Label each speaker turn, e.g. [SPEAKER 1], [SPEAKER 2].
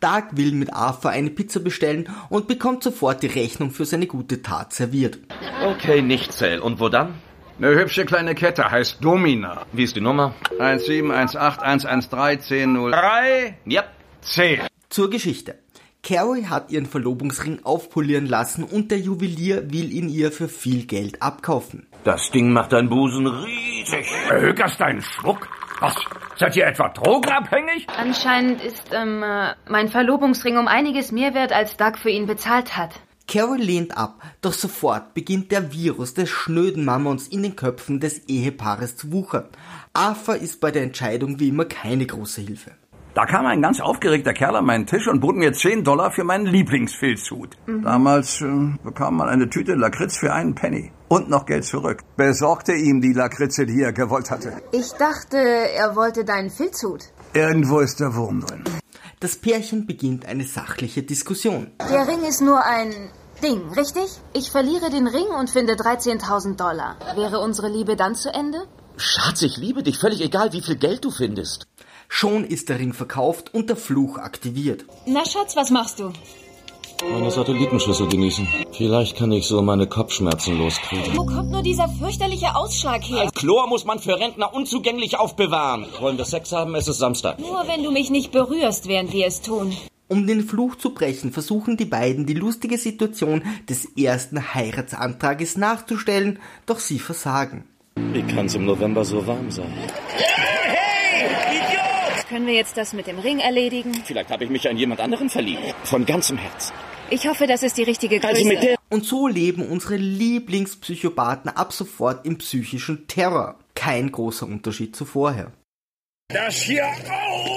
[SPEAKER 1] Dark will mit Arthur eine Pizza bestellen und bekommt sofort die Rechnung für seine gute Tat serviert.
[SPEAKER 2] Okay, nicht Zell. Und wo dann?
[SPEAKER 3] Eine hübsche kleine Kette heißt Domina.
[SPEAKER 2] Wie ist die Nummer?
[SPEAKER 3] 17181113103
[SPEAKER 2] Ja.
[SPEAKER 3] C.
[SPEAKER 1] Zur Geschichte. Carrie hat ihren Verlobungsring aufpolieren lassen und der Juwelier will ihn ihr für viel Geld abkaufen.
[SPEAKER 4] Das Ding macht deinen Busen riesig.
[SPEAKER 3] Herr Höckerstein, Schluck? Was? Seid ihr etwa drogenabhängig?
[SPEAKER 5] Anscheinend ist ähm, äh, mein Verlobungsring um einiges mehr wert, als Doug für ihn bezahlt hat.
[SPEAKER 1] Carrie lehnt ab, doch sofort beginnt der Virus des schnöden Mammons in den Köpfen des Ehepaares zu wuchern. Arthur ist bei der Entscheidung wie immer keine große Hilfe.
[SPEAKER 4] Da kam ein ganz aufgeregter Kerl an meinen Tisch und bot mir 10 Dollar für meinen Lieblingsfilzhut.
[SPEAKER 3] Mhm.
[SPEAKER 4] Damals äh, bekam man eine Tüte Lakritz für einen Penny. Und noch Geld zurück.
[SPEAKER 3] Besorgte ihm die Lakritze, die er gewollt hatte.
[SPEAKER 5] Ich dachte, er wollte deinen Filzhut.
[SPEAKER 3] Irgendwo ist der Wurm drin.
[SPEAKER 1] Das Pärchen beginnt eine sachliche Diskussion.
[SPEAKER 5] Der Ring ist nur ein Ding, richtig? Ich verliere den Ring und finde 13.000 Dollar. Wäre unsere Liebe dann zu Ende?
[SPEAKER 6] Schatz, ich liebe dich, völlig egal, wie viel Geld du findest.
[SPEAKER 1] Schon ist der Ring verkauft und der Fluch aktiviert.
[SPEAKER 7] Na Schatz, was machst du?
[SPEAKER 6] Meine Satellitenschüssel genießen. Vielleicht kann ich so meine Kopfschmerzen loskriegen.
[SPEAKER 7] Wo kommt nur dieser fürchterliche Ausschlag her?
[SPEAKER 6] Chlor muss man für Rentner unzugänglich aufbewahren. Wollen wir Sex haben? Es ist Samstag.
[SPEAKER 7] Nur wenn du mich nicht berührst, während wir es tun.
[SPEAKER 1] Um den Fluch zu brechen, versuchen die beiden die lustige Situation des ersten Heiratsantrages nachzustellen, doch sie versagen.
[SPEAKER 6] Wie kann es im November so warm sein?
[SPEAKER 7] Können wir jetzt das mit dem Ring erledigen?
[SPEAKER 6] Vielleicht habe ich mich an jemand anderen verliebt. Von ganzem Herzen.
[SPEAKER 7] Ich hoffe, das ist die richtige Größe.
[SPEAKER 6] Also mit der...
[SPEAKER 1] Und so leben unsere Lieblingspsychopathen ab sofort im psychischen Terror. Kein großer Unterschied zu vorher.
[SPEAKER 3] Das hier auch!